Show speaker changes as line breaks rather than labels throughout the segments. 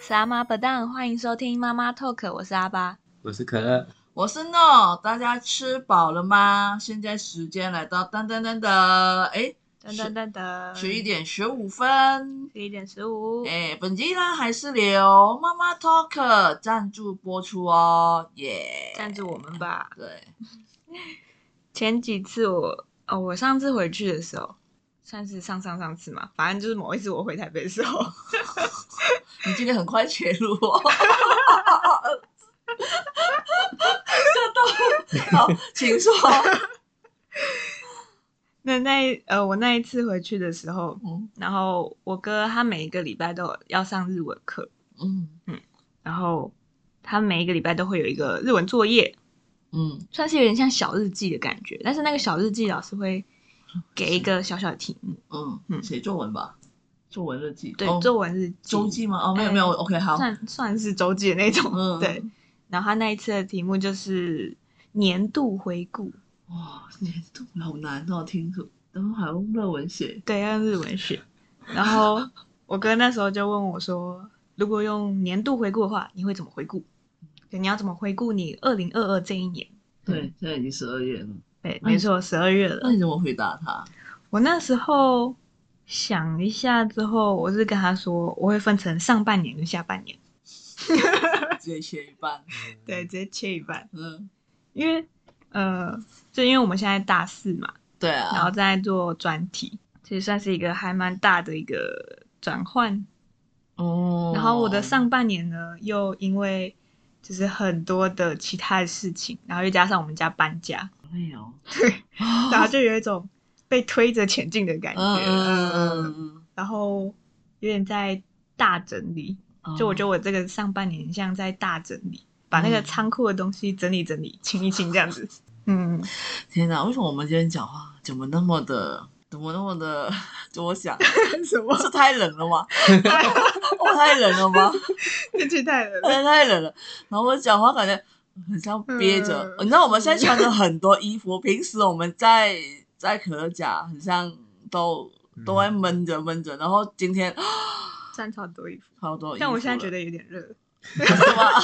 是阿妈不当，欢迎收听妈妈 talk，我是阿巴。
我是可乐，
我是 No，大家吃饱了吗？现在时间来到噔噔噔噔，哎，
噔噔噔噔，
十一点十五分。
十一点十五，
哎，本集呢还是由妈妈 Talk 赞助播出哦，耶、
赞助我们吧。
对，
前几次我哦，我上次回去的时候，算是上上上次嘛，反正就是某一次我回台北的时候，
你今天很快切入哦。 吓到，好，请说。
那那一呃我那一次回去的时候，
嗯
然后我哥他每一个礼拜都有要上日文课，
嗯
然后他每一个礼拜都会有一个日文作业，
嗯
算是有点像小日记的感觉，但是那个小日记老师会给一个小小的题目，嗯
嗯，写作文吧，作文日记，
对，
哦
作文日记
周记吗？哦，没有
哎
没有，OK，好，
算算是周记的那种，
嗯
对。然后他那一次的题目就是年度回顾，
哇，年度好难哦，听说，然后还用日文写，
对，要用日文 学。然后我哥那时候就问我说，如果用年度回顾的话，你会怎么回顾？就你要怎么回顾你二零二二这一年？
对，现在已经十二月了，
对，
那你
没错，十二月了
那。你怎么回答他？
我那时候想一下之后，我是跟他说，我会分成上半年跟下半年，
直接切一半，
对，直接切一半，
嗯，
因为呃，就因为我们现在大四嘛，
对
然后
啊，
再做专题，其实算是一个还蛮大的一个转换。
哦
然后我的上半年呢，又因为就是很多的其他的事情，然后又加上我们家搬家，
没有，
对，然后
啊
就有一种被推着前进的感觉，
嗯嗯
嗯，
嗯
然后有点在大整理，
嗯，
就我觉得
哦
我这个上半年像在大整理，把那个
嗯
仓库的东西整理整理，清一清这样子，嗯，
天哪，为什么我们今天讲话怎么那么的，怎么那么的，怎么想？
什么？
是太冷了吗？ 我太冷了吗？
天气太 冷了，
太太冷了。然后我讲话感觉很像憋着。
嗯
你知道我们现在穿了很多衣服，平时我们在在可乐家很像都都会闷着闷着，然后今天
穿超多衣服。
好多衣服了。
但我现在觉得有点 热，
是吧？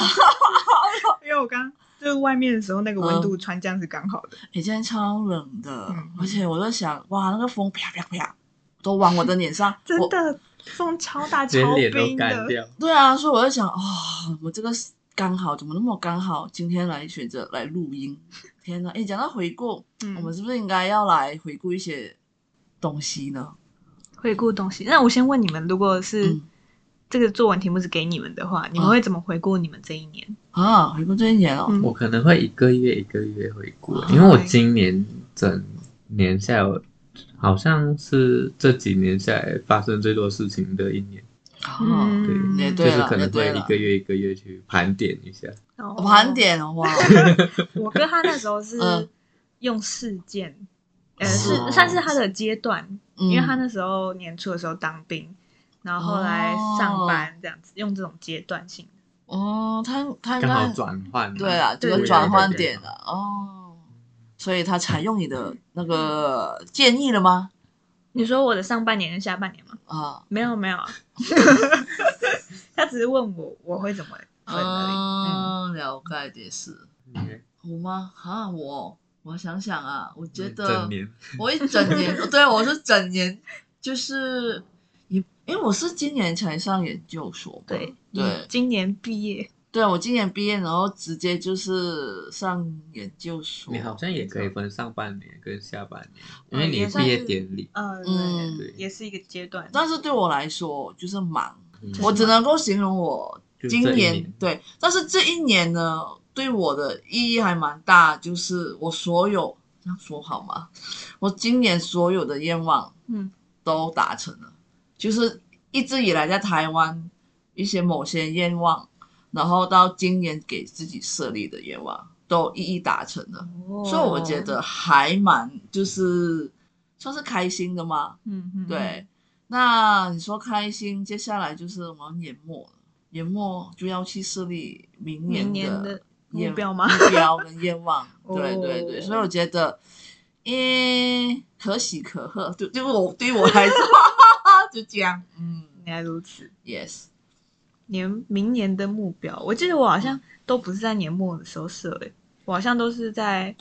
因为我刚就是外面的时候那个温度穿这样是刚好的。
你今天超冷的，
嗯
而且我在想，哇，那个风啪啪啪都往我的脸上，
真
我。
的风超大
直接
超
脸都
冰
干
的，
掉。
对啊，所以我在想，啊，我这个是刚好怎么那么刚好，今天来选择来录 音。天哪！哎，讲到回顾，
嗯
我们是不是应该要来回顾一些东西呢？
回顾东西。那我先问你们，如果是
嗯
这个作文题目是给你们的话，你们会怎么回顾你们这一年？
啊，回顾这一年哦，
嗯
我可能会一个月一个月回顾，
哦
因为我今年整年下来，我好像是这几年下来发生最多事情的一年，
啊，
嗯
也
就
对
是
了，
可
也
能会
对
一
了
个，月一个月去盘点一下。
哦
盘。点哦 哇，
我哥他那时候是
嗯
用事件，呃，
哦
是算是他的阶段，
嗯
因为他那时候年初的时候当兵，然后后来上班这样子，用这种阶段性的。
哦，他他应
刚好
该
转换，
对啊，这
对
个
对
转
对啊
换点了哦，所以他采用你的那个建议了吗？
你说我的上半年跟下半年吗？
啊，
没有没 有，他只是问我我会怎么分而已。嗯
嗯，了解解释。
你呢
我吗？啊，我我想想啊，我觉得
整年
我一整年，对啊我是整年，就是也因为我是今年才上研究所嘛，
对
对
今年毕业，
对，啊我今年毕业，然后直接就是上研究所。
你好像也可以分上半年跟下半年，因
嗯
哦
为你
也算
毕业
是
典礼，
呃，
嗯
对也是一个阶段。
但是对我来说就是忙，
嗯
我只能够形容我
就
今
这一
年
年
对，但是这一年呢，对我的意义还蛮大，就是我所有这样说好吗？我今年所有的愿望
嗯
都达成了，就是一直以来在台湾一些某些愿望，然后到今年给自己设立的愿望都一一达成了，
哦
所以我觉，得还蛮就是算是开心的嘛。
嗯嗯，
对，那你说开心，接下来就是我们研末了，研末就要去设立明
明年
的
的目
愿
标吗，
目标跟愿望对对对，
哦
所以我觉得，诶，可喜可贺，对，对我对我来说就这样，嗯
原来如此。
，yes，
年明年的目标，我记得我好像都不是在年末的时候设诶、我好像都是在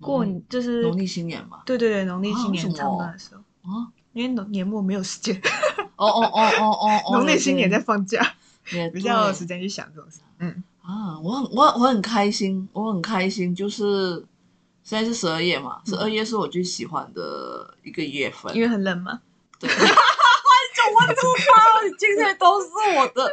过
农历
就是
农历新年嘛。
对对对农历
啊
新
为什
年
么
上班的时候，
啊，
因为农年末没有时间，
哦哦哦哦哦哦，
农历新年
也
在放假，
对也
比较有时
对
间去想这种事。嗯，
啊，我很我我很开心，我很开心，就是现在是十二月嘛，十二月是我最喜欢的一个月份，
嗯因为很冷嘛。
对，哈哈哈！就问出发，你今天都是我 的，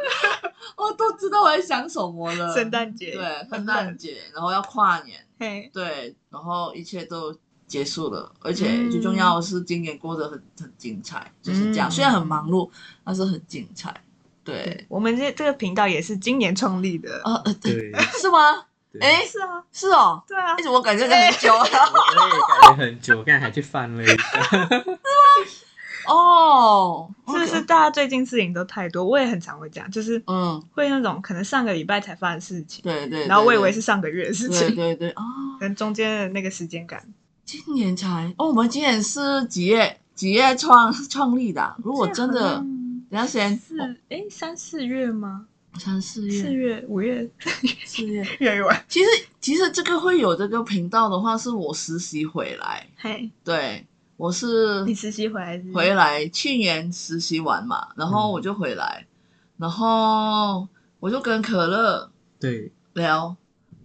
我都知道我在想什么了。
圣诞节
呃对，
很
圣
冷
诞节，然后要跨年，
嘿，
对，然后一切都结束了，而且最重要的是今年过得很很精彩，就是这
嗯
样。
嗯
虽然很忙碌，但是很精彩。对，
我们这这个频道也是今年创立的。
啊，呃对，
对，
是吗？
对
哎，
是啊，
是哦，
对啊
为，什么我感觉很久啊了？
我也感觉很久，我刚才还去翻了一下。
哦，
是不是
OK，
大家最近事情都太多？我也很常会这样，就是
嗯，
会那种可能上个礼拜才发生的事情，
对对。
然后我以为
对
是上个月的事
对
情，
对对啊，
可能中间的那个时间感。
今年才哦，我们今年是几月几月创创立的啊、如果真的，
好
等
像
一下先
四哎三四月吗？
三四
四
月
月五月
四月，
越来越晚。
其实其实这个会有这个频道的话，是我实习回来，
嘿，
对我是
你实习回来是？
回来去年实习完嘛，然后
嗯
我就回来，然后我就跟可乐
对，
聊，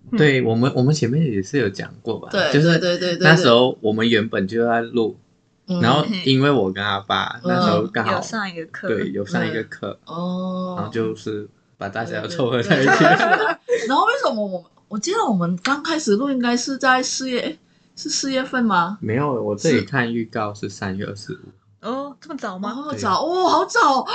嗯
对我们我们前面也是有讲过吧，
对
就是
对对对对对
那时候我们原本就在录，
嗯
然后因为我跟阿爸那时候刚好
有上一个课，
对有上一个课，
嗯哦，
然后就是把大家
对
凑合在一。
对 对对
起。
对然后为什么我们我记得我们刚开始录应该是在四月，诶是四月份吗？
没有，我这里看预告是三月二十五，
哦，这么早
哇，
吗？
好
对啊
早哦，好早 哦，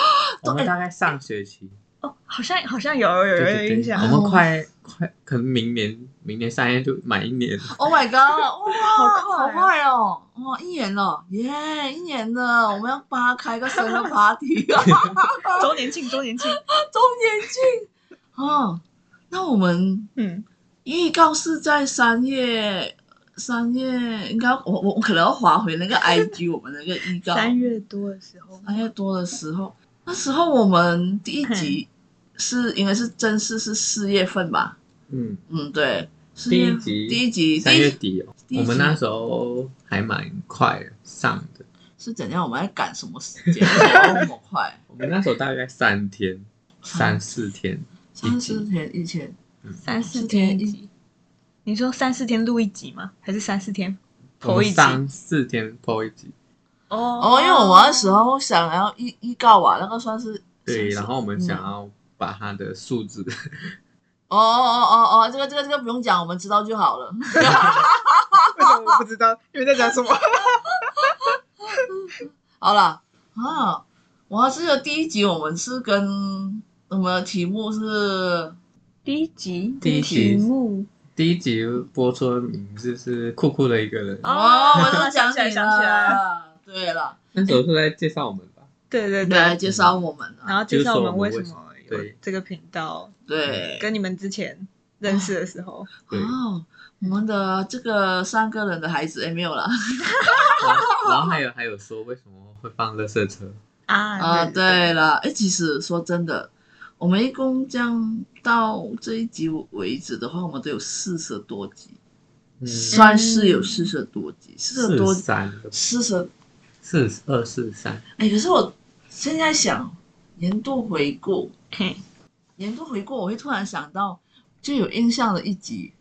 我们大概上学期，
哦，好像好像有有
对
有
对
印
对，
象
我，
哦
们快快可能明年明年三月就满一年，
Oh my god！哇，
好快啊
好快哦！哇，一年了，耶、一年了，我们要帮他开个生日 party 啊，周
周年庆周年庆，
年庆哦。那我们
嗯，
预告是在三月，三月应该我我我可能要划回那个 IG 我们那个预告，
三月多的时候，
三月多的时候，那时候我们第一集是应该是正式是四月份吧？
嗯，
嗯，对，四
第
月
一集
第一集
三
第一
月
集
底哦，
第一
我们
集
那时候还蛮快上的，
是怎样？我们在赶什么时间？那么快？
我们那时候大概三天
哦
三四天，
三四天一天，
嗯
三四
天
天
一
一集。你说三四天录一集吗？还是三四天
我
投
们
一集？
上四天播一集，
哦
哦，因为我们那时候想要预预告啊，那个算是
对，
算是
然后我们
嗯
想要把它的数字，
哦哦哦哦，这个这个这个不用讲，我们知道就 好了。
为什么我不知道？你们在讲什 么？
好了啊，我还记得第一集我们是跟我们的题目是
第一集，
第一
题
集
目
第一集播出的名字是酷酷的一个人，
哦
哦，我都
想
讲
起来
你
想起来
了。对了，
那时候是在介绍我们吧，
对对
来
对，
介绍我们
然
啊，
后介绍我们为
就是
什
说我
么
为什么
有
对
这个频道，
对，
跟你们之前认识的时候，
对，
哦，我们的这个三个人的孩子哎没有了。
然后然后还有还有说为什么会放垃圾车，
啊
啊，，对了，哎，其实说真的，我们一共这样到这一集为止的话，我们都有四十多集，
嗯，
算是有四十多集，四十多
四三个
四十。
四二四三，
哎，可是我现在想年度回顾，
嘿，
年度回顾，我会突然想到就有印象的一集，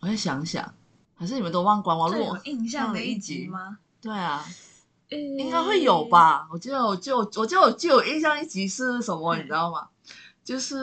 我再想想，还是你们都忘光了
最有
我。
印象的一集吗？
对啊，应
应
该会有？吧？我记得我就我就我就有印象一集是什么，
嗯
你知道吗？就是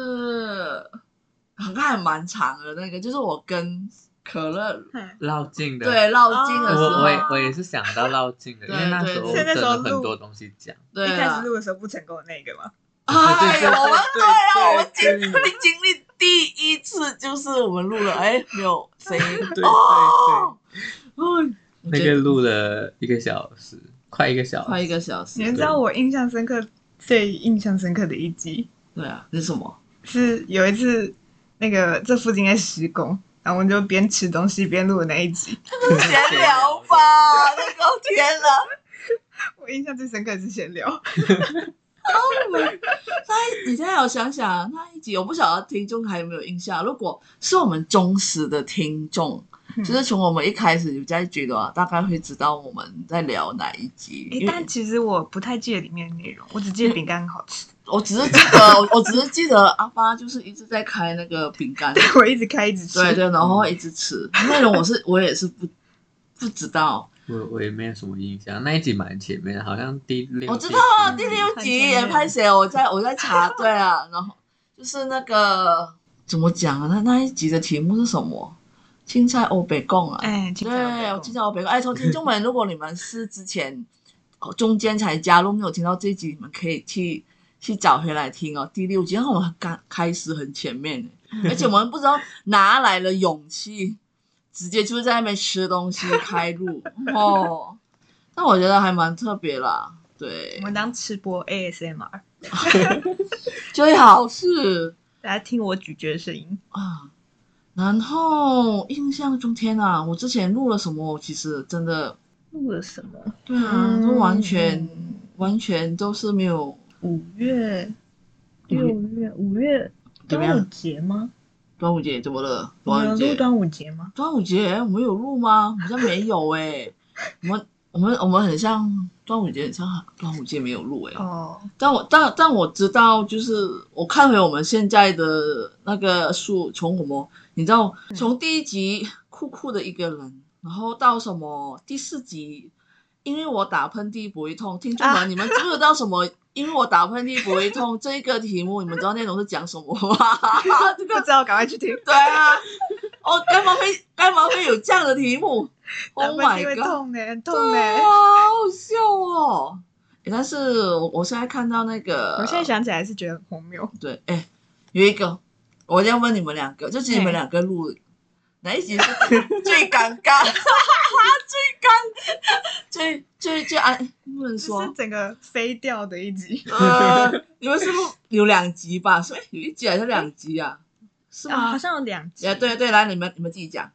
好像还蛮长的那个，就是我跟可乐
嘿
绕境的，
对绕境
哦
的时
我
候，
我也我也是想到绕境的，因
对
为那时候
对
真
对
的很多东西讲。
对啊
一开始
了，
录的时候不成功的那个吗？
哎呦，我们对啊，我们
对对对对
经历第一次就是我们录了，哎，没有声音
对对
哦， 嗯我
那
觉
个
得
录了一个小时，快一个小
快
时，
一个小时
你，们知道我印象深刻最印象深刻的一集
对啊，那是什么？
是有一次，那个这附近在施工，然后我们就边吃东西边录的那一集。
闲聊 吧，那个天哪！
我印象最深刻的是闲聊，
那你现在有想想那一集，我不晓得听众还有没有印象。如果是我们忠实的听众，
嗯
就是从我们一开始就在觉得、啊，大概会知道我们在聊哪一集。
诶
因为
但其实我不太记得里面的内容，我只记得饼干好吃。
我只是记得， 我我只是记得阿巴就是一直在开那个饼干，
对，我一直开一直吃。
对对，然后一直吃。内容我是我也是不不知道，
我我也没有什么印象，那一集蛮前面的，好像第六
我知道啊，
第
第
七集
六
很
集
前
也
面
拍谁？啊我在我在查，对啊，然后就是那个怎么讲啊？那那一集的题目是什么？青菜欧北贡啊。
哎，青菜
对，
有
我
北贡
青菜欧北贡。哎，从听众们，如果你们是之前哦中间才加入，没有听到这一集，你们可以去去找回来听哦。第六集，然后我们刚开始很前面耶，而且我们不知道哪来的勇气，直接就在那边吃东西开路哦。那我觉得还蛮特别啦，对
我， 们当吃播 ASMR，
最好是
大家听我咀嚼的声音。
啊。然后印象中，天啊，我之前录了什么？我其实真的，
录了什么？
对啊，都完全
嗯
完全都是没有
五月、六月、五月
怎么
端午
样
节吗？
端午节怎么了？
我们
端
有
午
录
节，
端午节吗？
端午节我们有录吗？好像没有哎、我们我们我们很像端午节，很像端午节没有录哎、
哦，
但我但但我知道，就是我看回我们现在的那个数，从我们你知道，
嗯
从第一集酷酷的一个人，然后到什么第四集，因为我打喷嚏不会痛，听众们、
啊
你们知不知道什么？ 因为我打喷嚏不会痛这一个题目，你们知道内容是讲什么吗？ 这
不
个
知道，赶快去听。
对啊，哦，干嘛会干嘛会有这样的题目
打
？Oh
喷嚏
my
会
god！
痛哎，很痛
对
哎
啊，。好笑哦。诶但是我我现在看到那个，
我现在想起来是觉得很荒谬。
对，哎，有一个，我要问你们两个，就是你
嘿
们两个录哪一集是最 尴尬？最尴，最最最安，不能
就
说
是，整个飞掉的一集，
呃，你们是不是有两集吧？是哎有一集还是两集啊？是
啊，
吗
好？像有两 集。
哎，对对，来，你们你们自己讲，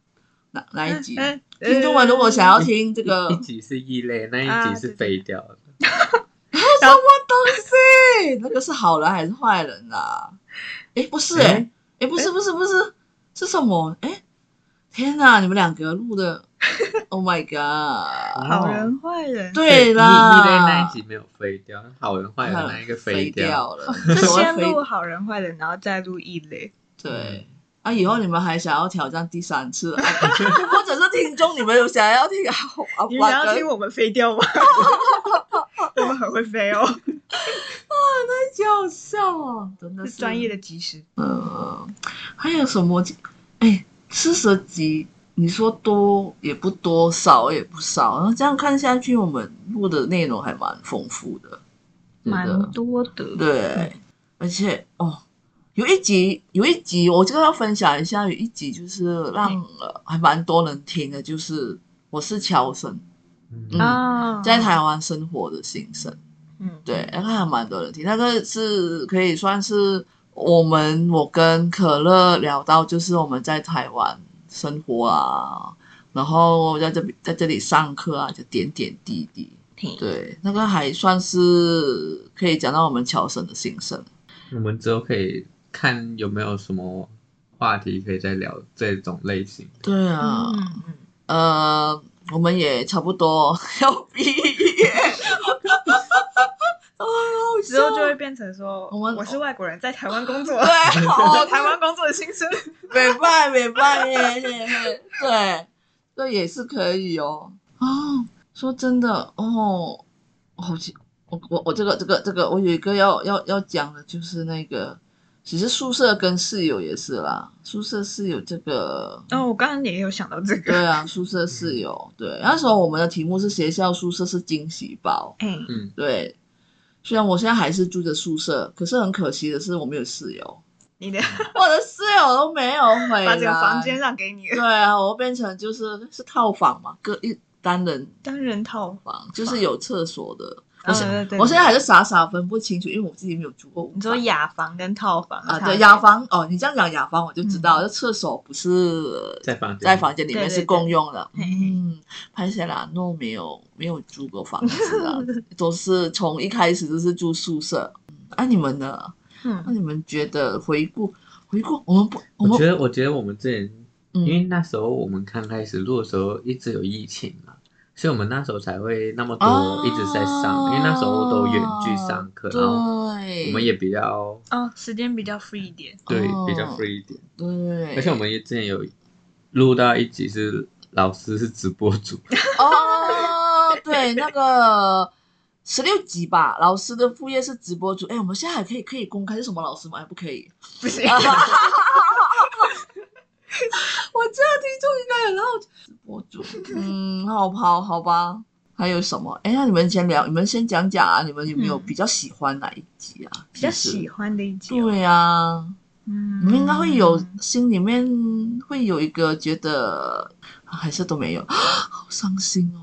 哪哪一集？
嗯，嗯
听众们如果想要
嗯
听这个
一一集是异类，那一
啊
集
对
是
对
飞掉的。
东西，那个是好人还是坏人啊？诶，不是诶，诶，
诶
不是不是不是，是什么？诶，天哪，你们两个录的，Oh my god！
呃好人坏人，
对
哦异异类那
啦
一，集没有飞掉，好人坏人
好
那一个
飞
掉。
掉了，
就
怎么
先
会飞
录 好人坏人，然后再录异类。
对。啊！以后你们还想要挑战第三次，啊 或者是听众你们有想要听好啊？
你们
哇
想要
跟
听我们飞 掉吗？我们很会飞哦，
太好笑了，真的
是
是
专业的技师。
呃，还有什么？哎，四十集，你说多也不多，少也不少。然后这样看下去，我们录的内容还蛮丰富的，觉得
多的。
对。而且哦，有一集，有一集，我这个要分享一下，有一集就是让、呃、还蛮多人听的，就是我是乔生，
嗯
啊，
在台湾生活的心声。
嗯，
对，哎那个还蛮多人听，那个是可以算是我们我跟可乐聊到，就是我们在台湾生活啊，然后在这边在这里上课啊，就点点滴滴。
挺
对，那个还算是可以讲到我们乔生的心声。
我们之后可以看有没有什么话题可以再聊这种类型。
对啊，
嗯嗯，
呃，我们也差不多要 毕业。 啊，好
之后就
笑
会变成说，
我们
我是外国人，在台湾工 作，
对，好
台湾工作的心声。
美拜美拜耶耶耶，对，这也是可以哦。哦，说真的哦，好奇，我我我这个这个这个，我有一个要要要讲的，就是那个，其实宿舍跟室友也是啦，宿舍室友这个，
然哦后我刚刚也有想到这个，
对啊，宿舍
嗯
室友，对，那时候我们的题目是学校宿舍是惊喜包，
哎，
嗯，
对。虽然我现在还是住着宿舍，可是很可惜的是我没有室友，
你的
我的室友都没有回来。
把整个房间让给你了，
对啊，我变成就是是套房嘛，各一单人
单人套。
房，就是有厕所的。我
嗯
现、
对对
我现在还是傻傻分不清楚，因为我自己没有住过。
你说雅房跟套房
啊？
差别
对，雅房哦，你这样讲雅房我就知
嗯
道，就厕所不是
在房间
在房间里面
对对
是共用的。
对嘿嘿
嗯，潘谢拉 诺没有没有住过房子啊，都是从一开始就是住宿舍。哎、你们呢？那
嗯，
你们觉得回顾回顾，我们不，我
我觉得，
们
我觉得我们之前，因为
嗯，
那时候我们刚开始录的时候一直有疫情嘛，所以我们那时候才会那么
哦
多一直在上，因为那时候都远距上课，然后
对，
啊我们也比较
哦，时间比较 free 一点，
对
哦
比较 free 一点，
对，
而且我们也之前有录到一集是老师是直播主，
哦，对，那个十六集吧，老师的副业是直播主。哎，我们现在还可以可以公开是什么老师吗？还不可以。
不行，
我知道听众应该很好奇直播主。嗯，好吧，好吧。还有什么？哎，那你们先聊，你们先讲讲啊，你们有没有
嗯
比较喜欢哪一集啊？
比较
其实
喜。欢的一集哦，
对啊，
嗯，
你们应该会有心里面会有一个觉得，啊还是都没有， 好伤心哦。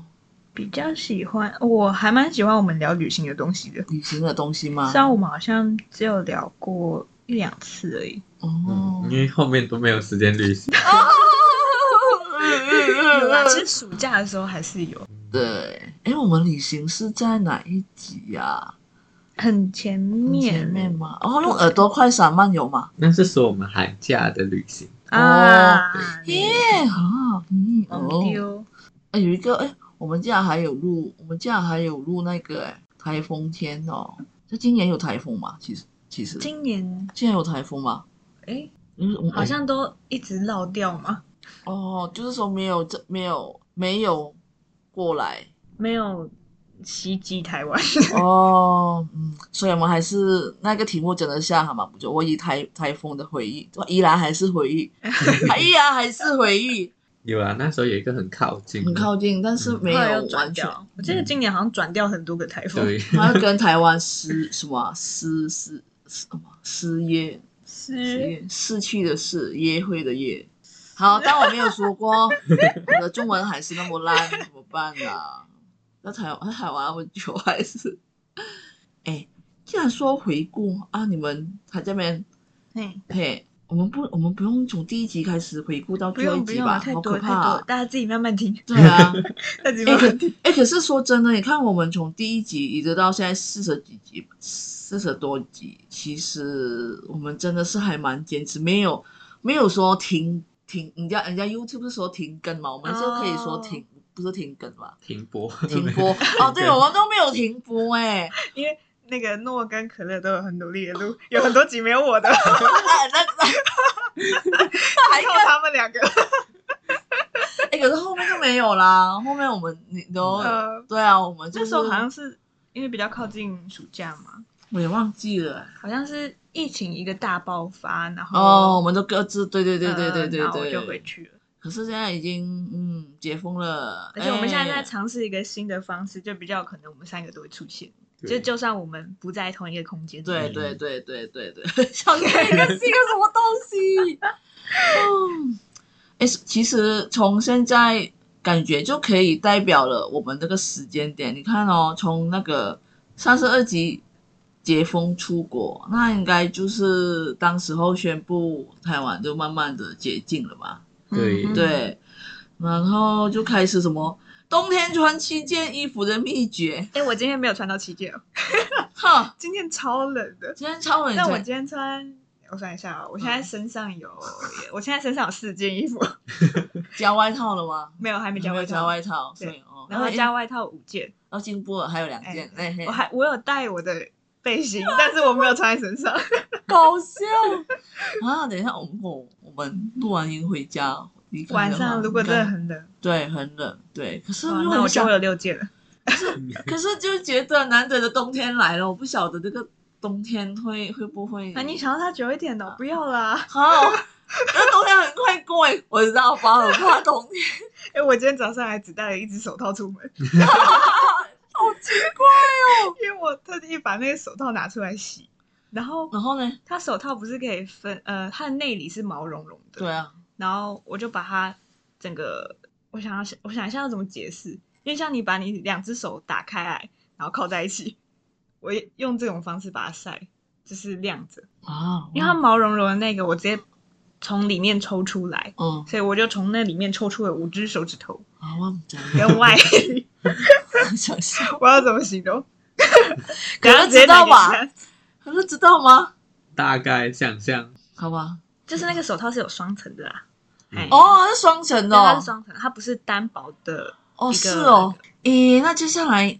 比较喜欢，我还蛮喜欢我们聊旅行的东西的，
旅行的东西吗？哦
虽然我们好像只有聊过一两次而已，
哦
嗯，，因为后面都没有时间旅
哦
行，
嗯有啦，其实暑假的时候还是有，
对，哎，我们旅行是在哪一集呀、
很前面
前面吗？哦，用耳朵快闪漫游嘛。
那是说我们寒假的旅行，
啊，
耶，啊，嗯，
忘
哦，
丢，
哎，有一个，哎，我们竟然还有录，我们竟然还有录那个哎，台风天哦。就今年有台风嘛？其实其实
今年
今年有台风嘛？
哎，
嗯，我们
好像都一直落掉嘛，
哦，就是说没有这没有没有过来
没有袭击台 湾，
哦，嗯，所以我们还是那个题目真的下还蛮不错。我以台台风的回忆，依然还是回忆，依然还是回忆，
有啊，那时候有一个很靠近的，
很靠近，但是 没
后来
有
又转
完全。
掉。我记得今年好像转掉很多个台风，
对，
它要跟台湾失什么啊失失失什么失约失
是
约逝去的逝约会的约。好，但我没有说 过，我的中文还是那么烂，怎么办啊？那台那台湾我久还是， 哎，既然说回顾啊，你们还这边
哎，
嘿，我们不我们不用从第一集开始回顾到
不
最后一
用不
集
用
吧，
了，太
好
多
可
了太
怕、
多了
啊，。
大家自己慢慢 听，
对啊，
大家自己
哎
慢
可
慢听。
哎、可是说真的，你看我们从第一集一直到现在四十几集，四十多集，其实我们真的是还蛮坚持，没有没有说停停，人家人家 YouTube 是说停更嘛，我们就可以说
哦
停，不是停更嘛，
停播，
停播哦，对，我们都没有停播哎、
那个诺跟可乐都有很努力的 录，有很多集没有我的，
那那
还靠他们两个。
哎、可是后面就没有啦，后面我们你都、
呃，
对啊，我们就
那
是
时候好像是因为比较靠近暑假嘛，
我也忘记了
好像是疫情一个大爆发，然后
哦，我们都各自对对对对
呃
对对
然后我
对，
就回去了。
可是现在已经嗯解封了，
而且我们现在在
哎
尝试一个新的方式，就比较可能我们三个都会出现，就
对
就算我们不在同一个空间，
对对
嗯
对对对对，想看一个新的什么东西。嗯，哎，其实从现在感觉就可以代表了我们这个时间点。你看哦，从那个三十二集解封出国，那应该就是当时候宣布台湾就慢慢的解禁了吧？
对
嗯
对，然后就开始什么冬天穿七件衣服的秘诀，
哎、我今天没有穿到七件哦，
哈，
今天超冷的。
今天超冷。
但我今天穿，我算一下啊、我现在身上有，我现在身上有四件衣服，
加外套了吗？
没有，还没加外
嗯加
套。
外套，
对
所以哦，
然后加外套五件，
要进步了，还有两件，哎嘿
我，还我有带我的背心，但是我没有穿在身上。
搞笑 啊！等一下，我们我我们录完音回家，离开的话
晚上如果真的很冷，
对很冷，对，可是
哇那我
又很
就会
想，
有六件了。
可是就觉得难得的冬天来了，我不晓得这个冬天会会不会，
那、你想要它久一点的，不要啦。
好， 那冬天很快过，哎我知道，我很怕冬天，
哎、我今天早上还只戴了一只手套出门，
好奇怪。哦
因为我特地把那个手套拿出来洗，然后
然后呢？
它手套不是可以分，呃，它的内里是毛茸茸的，
对啊，
然后我就把它整个，我想要我想一下要怎么解释，因为像你把你两只手打开来，然后靠在一起，我也用这种方式把它晒，就是晾着，
啊，
因为它毛茸茸的那个我直接从里面抽出来，
嗯
所以我就从那里面抽出了五只手指头
啊，我唔知，
跟外，
想笑。
我要怎么形容？
可能知道吧？可是知道吗？
大概想象
好吧，
就是那个手套是有双层的啦。
嗯
哎
哦，是双层
对
的
它是
哦，
双层，它不是单薄的。
哦
一个
是哦，诶，那接下来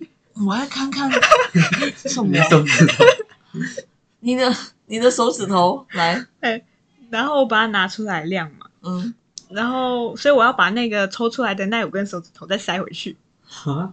我要看 看是什么
你？手指头，
你的你的手指头来，
然后我把它拿出来晾嘛，
嗯，
然后所以我要把那个抽出来的那五根手指头再塞回去。
啊
哦，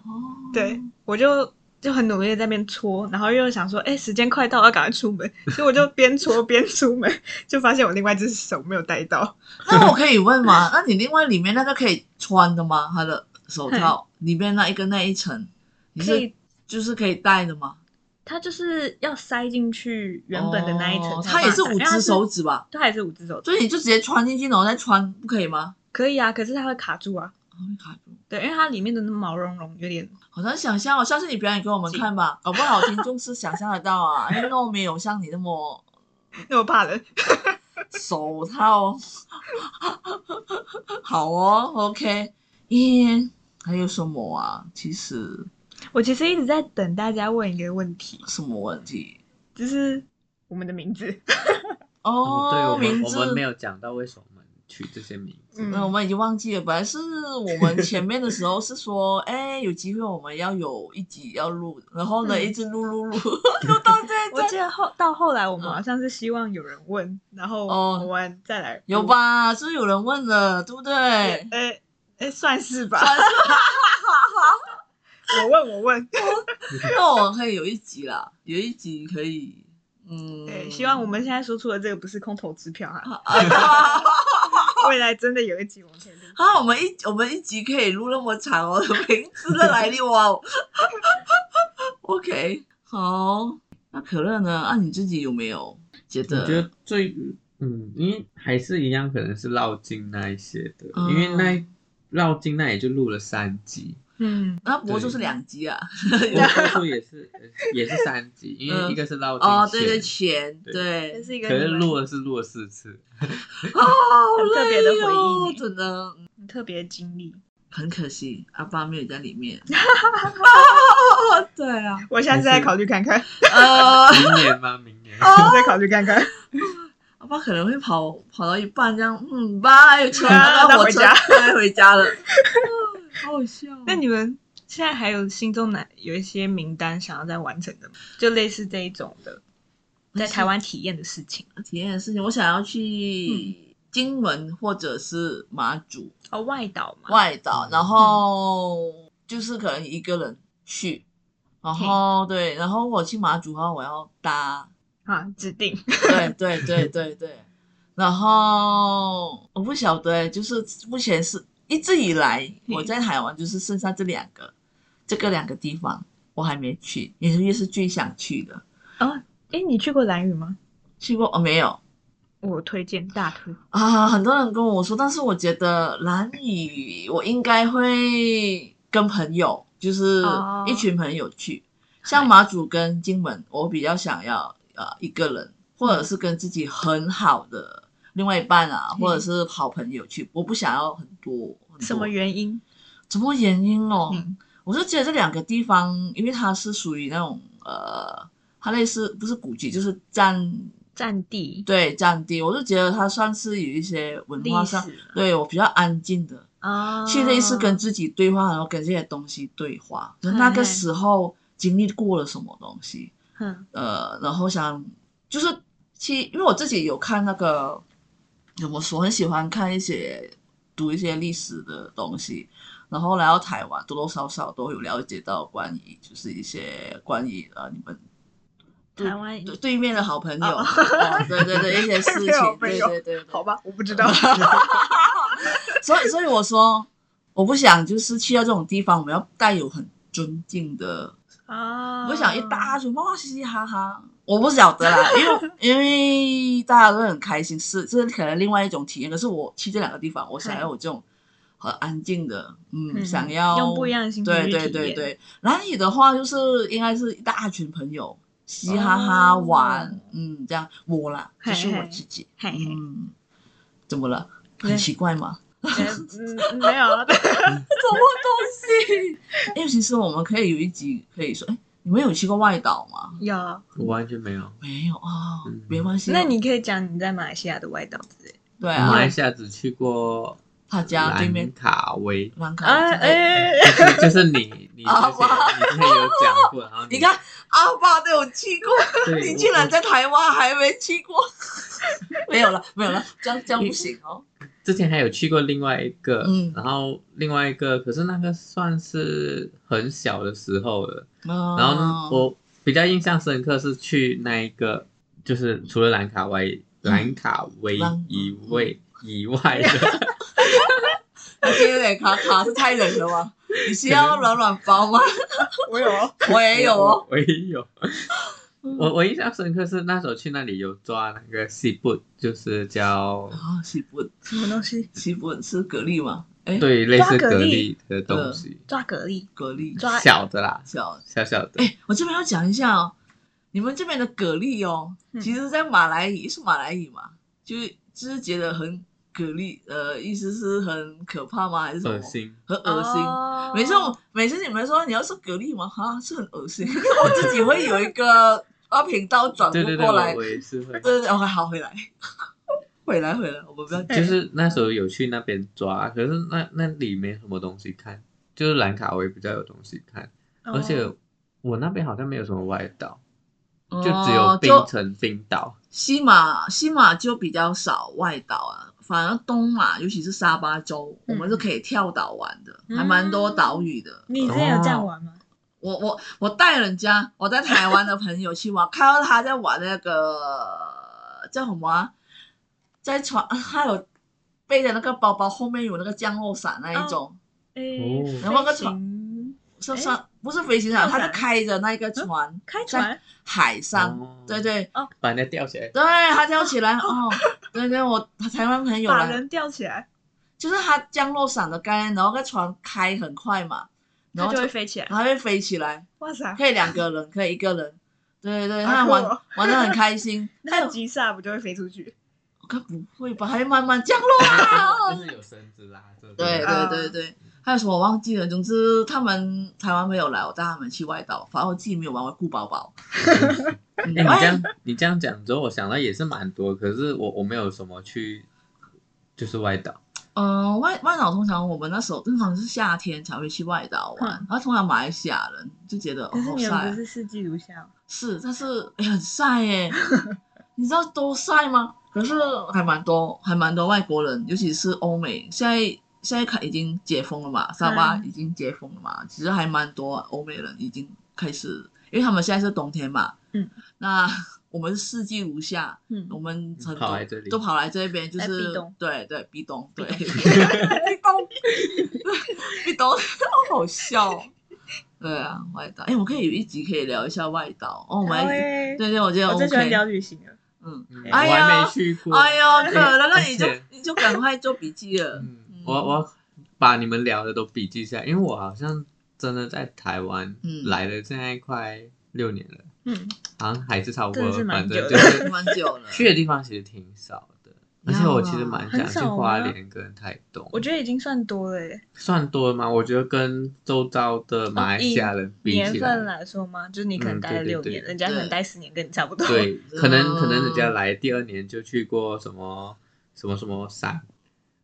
对，我就就很努力的在那边搓，然后又想说，哎、时间快到，要赶快出门，所以我就边 搓边出门，就发现我另外一只手没有带到。
那我可以问 吗？那你另外里面那个可以穿的吗？它的手套里面那一个那一层，你
可
是
以，
就是可以戴的吗？
它就是要塞进去原本的那一层
哦
才
它
有办法戴、哎
也是五
因为它
只手，指吧？
对，它也是五只手指，
所以你就直接穿进去，然后再穿，不可以吗？
可以啊，可是它会卡住啊，
好像卡住
对，因为它里面的那毛茸茸有 点，
好难想象哦，下次你表演给我们看吧，搞不好听众是想象得到 啊，因为我没有像你那么
那我怕冷。
手套。哦 好哦，OK，耶，还有什么啊？其实
我其实一直在等大家问一个问题，
什么问题？
就是我们的名字，
哦，
对，我们
名
我
字
们没有讲到为什么我们取这些名字，
嗯
嗯，我们已经忘记了，本来是我们前面的时候是说，哎，有机会我们要有一集要录，然后呢，
嗯
一直录录 录，录到现
我
在。
记得后到后来我们
嗯
好像是希望有人问，然后
哦
我们再来
有
录
吧？是不是有人问了，对不对？
哎哎，算是吧。
算
我问，我问，
那我可以有一集啦，有一集可以，嗯，
对，希望我们现在说出的这个不是空头支票哈，
啊，
未来真的有一集我们可以录。
我们一我们一集可以录那么长哦，名字的来历哇哦 ，OK，好，那可乐呢？啊，你自己有没有觉
我
得？
觉得最嗯，因为还是一样，可能是绕境那一些的，
嗯
因为那绕境那也就录了三集，
嗯，
那博主是两集啊，
我说 说也是呃也是三集，因为一个是绕境
哦，对对，
前
钱，
对
这
对，
是一个
可是
你们
录了是录了四次，
好
特别的
累
回忆
哦
呢
真的，
很特别的经历，
很可惜，阿爸没有在里 面。 对啊，
我下次再考虑看看，
呃，
明年吗？ 明
哦
年。
再考虑看看。
阿爸可能会跑跑到一半这样，嗯，爸，有车，
啊
那火
回
车
家
该回家 了。好好笑哦。
那你们现在还有心中哪有一些名单想要再完成的吗？就类似这一种的，在台湾体验的事情。
体验的事情，我想要去金门或者是马祖
哦，外岛嘛，
外岛，然后就是可能一个人去，然后对，然后我去马祖的话，我要搭
啊，指定。
对对对对对。然后我不晓得，就是目前是一直以来
嗯
我在台湾就是剩下这两个，这个两个地方我还没去，也是也是最想去的。
哦，哎，你去过蓝屿吗？
去过哦没有
我推荐大推。
啊？很多人跟我说，但是我觉得蓝屿我应该会跟朋友，就是
哦
一群朋友去，像马祖跟金门，我比较想要呃一个人，或者是跟自己很好的另外一半啊，
嗯
或者是好朋友去，我不想要很多。很多
什么原因？
什么原因哦？
嗯
我就觉得这两个地方，因为它是属于那种呃，它类似不是古迹，就是占
战地、
对占地，我就觉得它算是有一些文
历
化上，
史
对我比较安静的，
啊，
去类似跟自己对话，然后跟这些东西对话，就
嗨
那个时候经历过了什么东西，
嗯
呃，然后想就是去，因为我自己有看那个怎么说，很喜欢看一些读一些历史的东西，然后来到台湾多多少少都有了解到关于就是一些关于呃你们
台湾
对对面的好朋友，
哦
哦对对对一些 事
对好
情，
朋
对
友
对对，
好
对
吧，我不知道。
所以所以我说我不想就是去到这种地方，我们要带有很尊敬的
啊
我想一大群哇嘻嘻哈哈，我不晓得啦，因为因为大家都很开心，是这是可能另外一种体验。可是我去这两个地方，我想要有这种很安静的，嗯，
嗯
想要
用不一样的心情
对
去
对
体
对
验
对。男女的话，就是应该是一大群朋友嘻嘻哈哈
哦
玩，嗯，这样我啦，
嘿
就是我
嘿
自己，
嘿嘿
嗯，怎么了？
没
很奇怪吗？
嗯，没有啊，
因为其实我们可以有一集可以说，哎，你你们有去过外岛吗？
有啊，
我完全没有。
没有啊、
嗯
没关系。
那你可以讲你在马来西亚的外岛之类的。
对
马
啊
来，西亚只去过
他家对面
兰卡威，
兰卡
啊，
之类的
哎，
就是就是 你你之前
啊哇
你之前有讲过，然 后
你看阿爸都有去过，
对
你
我
竟然
我
在台湾还没去过，没有了，没有了，这样这样不行哦。
之前还有去过另外一个，
嗯
然后另外一个，可是那个算是很小的时候了。 然
然
后呢，我比较印象深刻是去那一个，就是除了兰卡威、
嗯
兰卡威
兰嗯
以外以外 的，
我今天卡卡是太冷了吗？你需要暖暖包 吗？
我有哦，
我也有哦。嗯
我也有。我我印象深刻是那时候去那里有抓那个西布，就是叫
啊，西本，
什么东西？
西本是蛤蜊吗？哎，，
对类似
抓蛤
蛤
蜊
蜊的东西，
抓蛤蜊，
蛤蜊
抓
小的啦，
小。
小小的。
哎，我这边要讲一下哦，你们这边的蛤蜊哦，
嗯
其实在马来语是马来语嘛，就是就是觉得很蛤蜊，呃，意思是很可怕吗？还是什
恶
么？
心，
很恶心。
哦
每次我每次你们说你要吃蛤蜊吗？哈，是很 恶心，我自己会有一个啊频道转
对对
不
对，
过来
我。我也是会
对。对对，OK，好，回来，回来，回来，我们不要
哎
就是那时候有去那边抓，可是那那里没什么东西看，就是兰卡威比较有东西看，
哦
而且我那边好像没有什么外岛，
就
就只有冰
哦就
城、冰岛。
西马，西马就比较少外岛啊，反而东马，尤其是沙巴州，
嗯
我们是可以跳岛玩的，
嗯
还蛮多岛屿的。
你之前有这样玩吗？
我我我带人家我在台湾的朋友去玩，看到他在玩那个叫什么啊、在船，他有背着那个包包，后面有那个降落伞那一种，
哎
哦，
然后那个
飞行
是上、不是飞行伞，
降落
他
伞
就开着那个船、
开船，
海上，
哦
对，对
把人家吊起来，
对，他跳起来哦，对对，我台湾朋友
把
来，
人吊起来，
就是他降落伞的概念，然后那个船开很快嘛，
它
然后啊
就会飞起来。
它会飞起来，
哇塞，
可以两个人，可以一个人，对对对，
好
他
酷
玩、
哦
玩的很开心，
那吉萨不就会飞出去？
该不会吧？还慢慢降落
哦
啊！
就是有绳子拉着。
对
啊
对对对，还有什么我忘记了。总之，他们台湾朋友来，我带他们去外岛，反正我自己没有玩过顾宝 宝。嗯
哎，你这 样你这样讲之后，我想到也是蛮多，可是我我没有什么去，就是外岛。
嗯、外外岛通常我们那时候通常是夏天才会去外岛玩，
嗯
然后通常马来西亚人就觉得
可
哦
是
好
你
晒、
们
啊
不，是四季如夏吗？
是，但是、哎很晒 耶，你知道多晒吗？可是还蛮多，还蛮多外国人，尤其是欧美，现在现在开已经解封了嘛，沙巴
嗯
已经解封了嘛，其实还蛮多欧美人已经开始，因为他们现在是冬天嘛，
嗯，
那 我们是四季如夏，
嗯
我，们很
跑
多
来这里
都跑来这边，就
来
是
避冬
对对壁咚，对壁咚，壁咚， 好笑哦。对啊，外岛，哎，我们可以有一集可以聊一下外岛哦，我们
哎
对对，我觉得
我最喜欢
OK，
聊旅行了。
嗯，
嗯我
哎呀
还没去过。
哎呦，可能那
而
你就
且
你就赶快做笔记了，
嗯，我我把你们聊的都笔记下来，因为我好像真的在台湾
嗯
来了，现在快六年了，
嗯，
好像还是差不
真
多
的是，蛮
反正
久
就
的
是
蛮久了，
去的地方其实挺少的，而且我其实蛮想
啊很
去
少吗
花莲跟台东，
我觉得已经算多了耶。
算多了吗？我觉得跟周遭的马来西亚人比
哦年
起
份
来，
来说吗？就是你可能
嗯
待了
对对
六
对
年，人家可能
对
待十年，跟你差不多。
对，可能
哦
可能人家来第二年就去过什么什么什么山。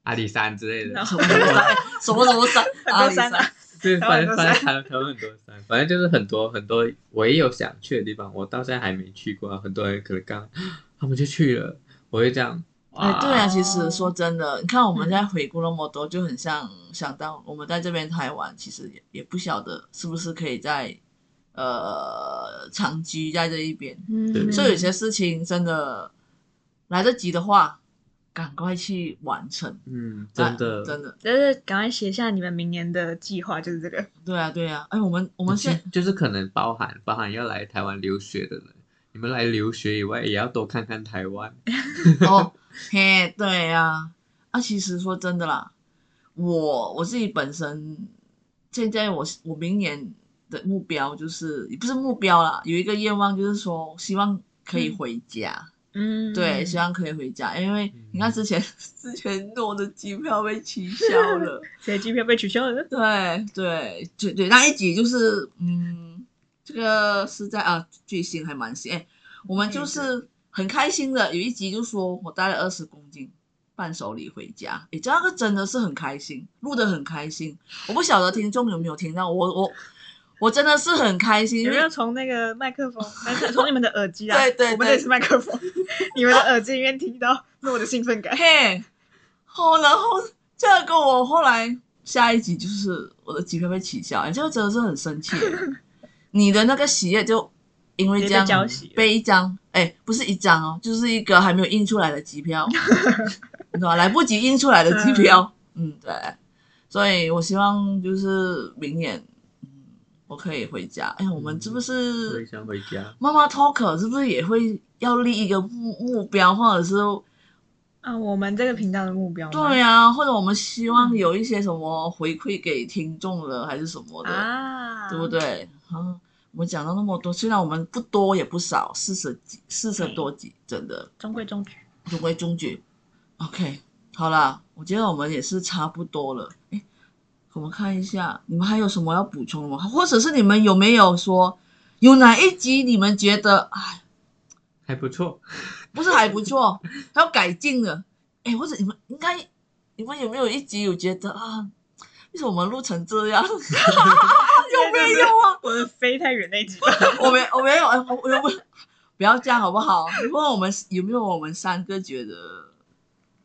阿里山之类的
然，
什么什么山，什么什么山，阿
多
里
山啊
山，
对，
台湾
反
很
正
多
反正台湾台湾很多山，反正就是很多很多，我也有想去的地方，我到现在还没去过啊。很多人可能刚 他们就去了，我会这样。
哎，
哇
对啊，
哦
其实说真的，你看我们在回顾那么多，就很像想到我们在这边台湾，其实也也不晓得是不是可以在呃长居在这一边，
嗯
对
所以有些事情真的来得及的话，赶快去完成。
嗯，真的、
啊真的，
就是赶快写下你们明年的计划，就是这个。
对啊，对啊。哎，我们我们现
就是可能包含包含要来台湾留学的人，你们来留学以外，也要多看看台湾。
哦，嘿，对呀、啊，其实说真的啦，我我自己本身现在我我明年的目标就是也不是目标啦，有一个愿望就是说，希望可以回家，
嗯，
对，希望可以回家，因为你看之前、 之前诺的机票被取消了，
谁的机票被取消了？
对对对对，那一集就是嗯，这个是在啊最新还蛮新，哎，我们就是很开心的，有一集就说我带了二十公斤伴手礼回家，哎，这个真的是很开心，录的很开心，我不晓得听众有没有听到，我我我真的是很开心，因
有没
为
有从那个麦克风，还是从你们的耳机啊？
对对
我们
对
这是麦克风，你们的耳机里面听到我的兴奋感。
嘿，好，然后这个我后来下一集就是我的机票被取消，哎，这个真的是很生 气。你的那个喜悦就因为这样
直接被浇熄了
被一张，哎，不是一张哦，就是一个还没有印出来的机票， 你知道吧来不及印出来的机票，嗯，对。所以我希望就是明年，嗯，我可以回家。哎，我们是不
我
是
也想回家。
妈妈 talk 是不是也会要立一个目目标，或者是
啊，我们这个频道的目标吗
对呀、或者我们希望
嗯
有一些什么回馈给听众了，还是什么的，
啊，
对不？对？啊，我们讲到那么多，虽然我们不多也不少，四十几、四十多集，真的
中规中矩。
中规中矩。OK，好啦，我觉得我们也是差不多了。哎，我们看一下，你们还有什么要补充的吗？或者是你们有没有说有哪一集你们觉得哎
还不错，
不是还不错， 还要改进的。哎，或者你们应该，你们有没有一集有觉得啊，为什么我们录成这样？ 啊有没有啊？
我的飞太远那一集吧，
我没，我没有，哎我我不，不要这样好不好？你问我们有没有我们三个觉得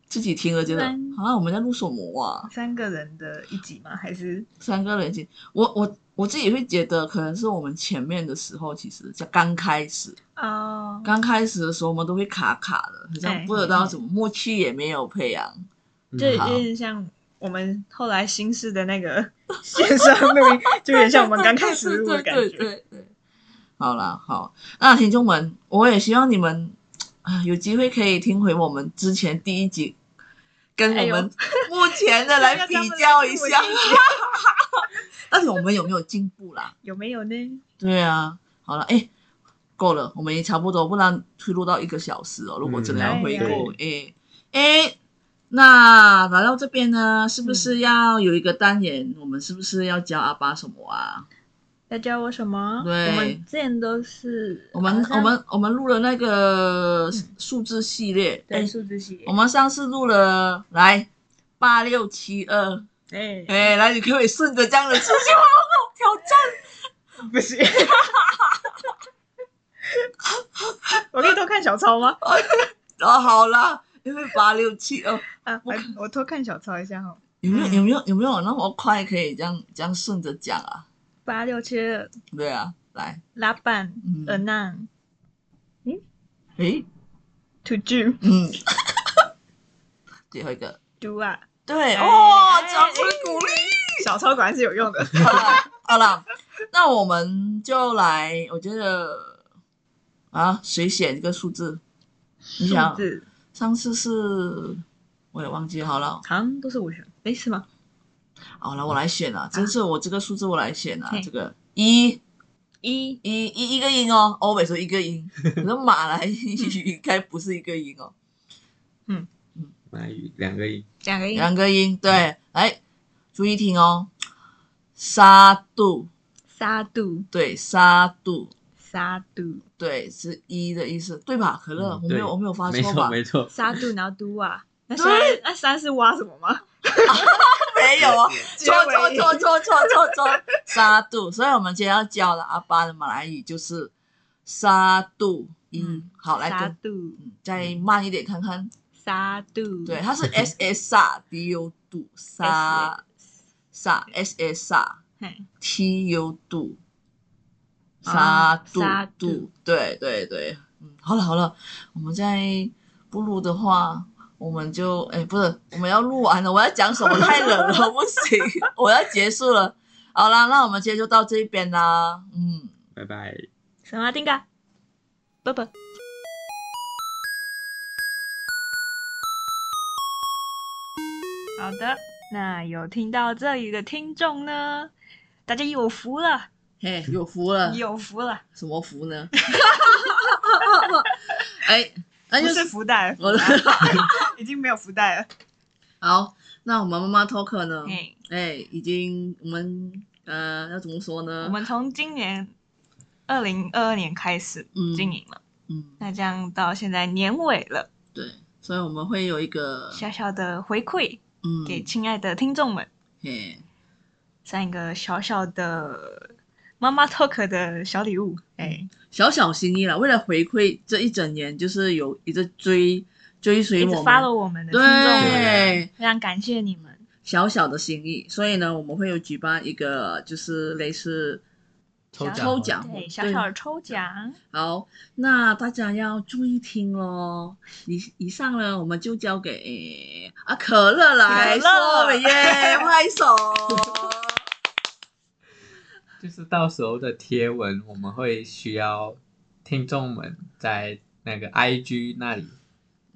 自己听了觉得
三
啊，我们在录什么啊？
三个人的一集吗？还是
三个人已经，我我我自己会觉得，可能是我们前面的时候，其实在刚开始，
哦，
刚开始的时候，我们都会卡卡的，好像
哎
不知道怎么默契也没有培养。
就有
嗯
好
点像我们后来新式的那个线上录音，就有点像我们刚开始录的感
对对对
觉。
对对。好啦，好，啊那听众们，我也希望你们啊有机会可以听回我们之前第一集，跟我
哎呦
们目前的来比 较一下，到底我们有没有进步啦？
有没有呢？
对啊，好了，哎，够了，我们也差不多，不然会录到一个小时
嗯
哦。如果真的要回顾，哎哎，那来到这边呢，是不
嗯
是要有一个单元？我们是不是要教阿巴什么啊？
要教我什么？
对
我们之前都是
我们
好像嗯
我们我们录了那个数字系列，
对
哎，
数字系列
我，们上次录了来八六七二，
哎，
哎，来，你可不可以顺着这样的出去吗？挑战。
不行。 我可以偷看小抄吗？
哦，好啦，因为八六七二。
啊，我我偷看小抄一下哈。
有没有
嗯
有没有有没有那么快可以这样这样顺着讲啊？
八六七二
对啊，来，
拉板呃 a
嗯，
n a n
诶，
to do
嗯， 最后一个，
do 啊，
对
哎
哦，
哎
掌声鼓励。
小抄果然是有用的。
好啦好啦，那我们就来，我觉得啊，谁写这个数字？你
数
想，
字
上次是我也忘记好了，
好像都是我选，哎，是吗？
好了，我来选啊，这次我这个数字我来选啊，
嘿
这个一。
一
一一一个音哦，欧美说一个音，可是马来语应该不是一个音哦，
马来语两个音，
两 个音，
两个音，对，来注意听哦，沙度，
沙度
对，沙度，
沙度
对，是一的意思，对吧？可乐，
嗯
我没
对
有我没有发
没
错吧？
错没错，
沙度，然后 do 啊，那
对
三那三是挖什么吗？
没有啊，错
结
错
尾
错错错错 错，沙度，所以我们今天要教的阿巴的马来语就是沙度一，
嗯
好，来
沙
跟
度
嗯再慢一点看看。
沙度，
对，它是 S S 萨 D U 度萨萨 S S 萨
嘿
T U 度
啊
沙度
沙
度
度，
对对对，嗯，好了好了，我们在不录的话，我们就哎不是，我们要录完了，我要讲什么太冷了，不行，我要结束了。好啦，那我们今天就到这边啦，嗯。
拜拜。
什么啊丁嘎，拜拜。好的，那有听到这里的听众呢，大家有福了，
嘿，有福了，
有福了，
什么福呢？ 哎，那
不
就是
福袋了，
我的
福袋了已经没有福袋了。
好，那我们妈妈 talk 呢？
哎，
哎，已经我们呃要怎么说呢？
我们从今年二零二二年开始
嗯
经营了，
嗯，
那这样到现在年尾了，
对，所以我们会有一个
小小的回馈
嗯，
给亲爱的听众们，
嘿，
算一个小小的妈妈 talk 的小礼物。哎，
小小心意了，为了回馈这一整年，就是有一直追追随
一直
嗯我们
follow 我们的听众们，
对。
非常感谢你们。
小小的心意，所以呢，我们会有举办一个就是类似
抽
小
奖
抽奖
对，
对
小小的抽奖，
好，那大家要注意听喽。以以上呢，我们就交给啊可乐来
可乐
说耶，拍手。
就是到时候的贴文，我们会需要听众们在那个 IG 那里，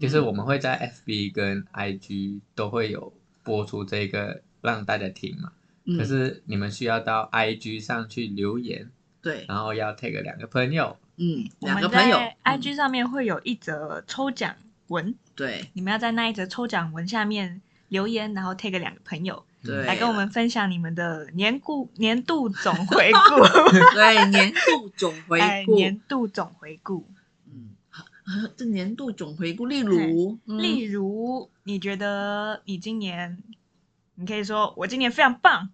就是
嗯
我们会在 FB 跟 IG 都会有播出这个让大家听嘛。
嗯
可是你们需要到 IG 上去留言，
对，
然后要 take 两个朋友，
嗯，
我
两
们
个朋友
在 IG 上面会有一则抽奖文，
嗯对
你们要在那一则抽奖文下面留言，然后 take 两个朋友
对
嗯
来跟我们分享你们的年顾年度总回 顾，
对年度总回
哎，
顾，
年度总回顾。
嗯，啊 这年度总回顾，例如，嗯
例如，你觉得你今年，你可以说我今年非常棒，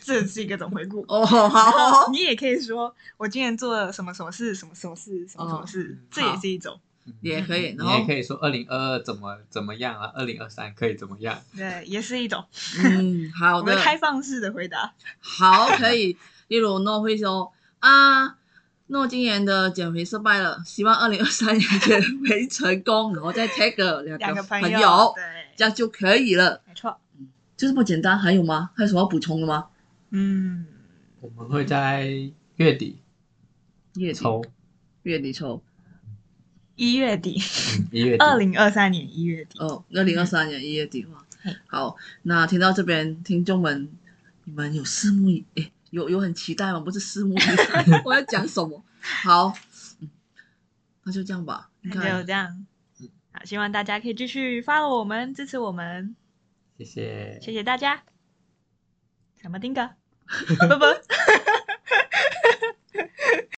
这是一个总回顾。
哦 好
然后
哦，
你也可以说我今年做了什么什么事，什么什么事，什么什么事，
哦
这也是一种。
也可以，然
嗯你也
后
可以说二零二二怎么怎么样啊，二零二三可以怎么样？
对，也是一种。
嗯，好
我
的
们，开放式的回答，
好，可以。例如诺会说啊，诺今年的减肥失败了，希望二零二三年减肥成功，然后再 tag 两
两
个
个
朋
友，
友，
对，
这样就可以了，
没错。
就这么简单。还有吗？还有什么要补充的吗？
嗯，
我们会在月底
月底
抽，
月底抽
一月底，
嗯，一月底
二零二三年一月底，
哦，二零二
嗯
三年一月底嘛
嘿。
好，那听到这边，听众们，你们有拭目以诶，有有很期待吗？不是拭目以 待，我要讲什么？好，嗯那就这样吧。你
那就
看，
这样
嗯。
好，希望大家可以继续 follow 我们，支持我们，
谢谢，
谢谢大家。 什么丁哥？拜拜。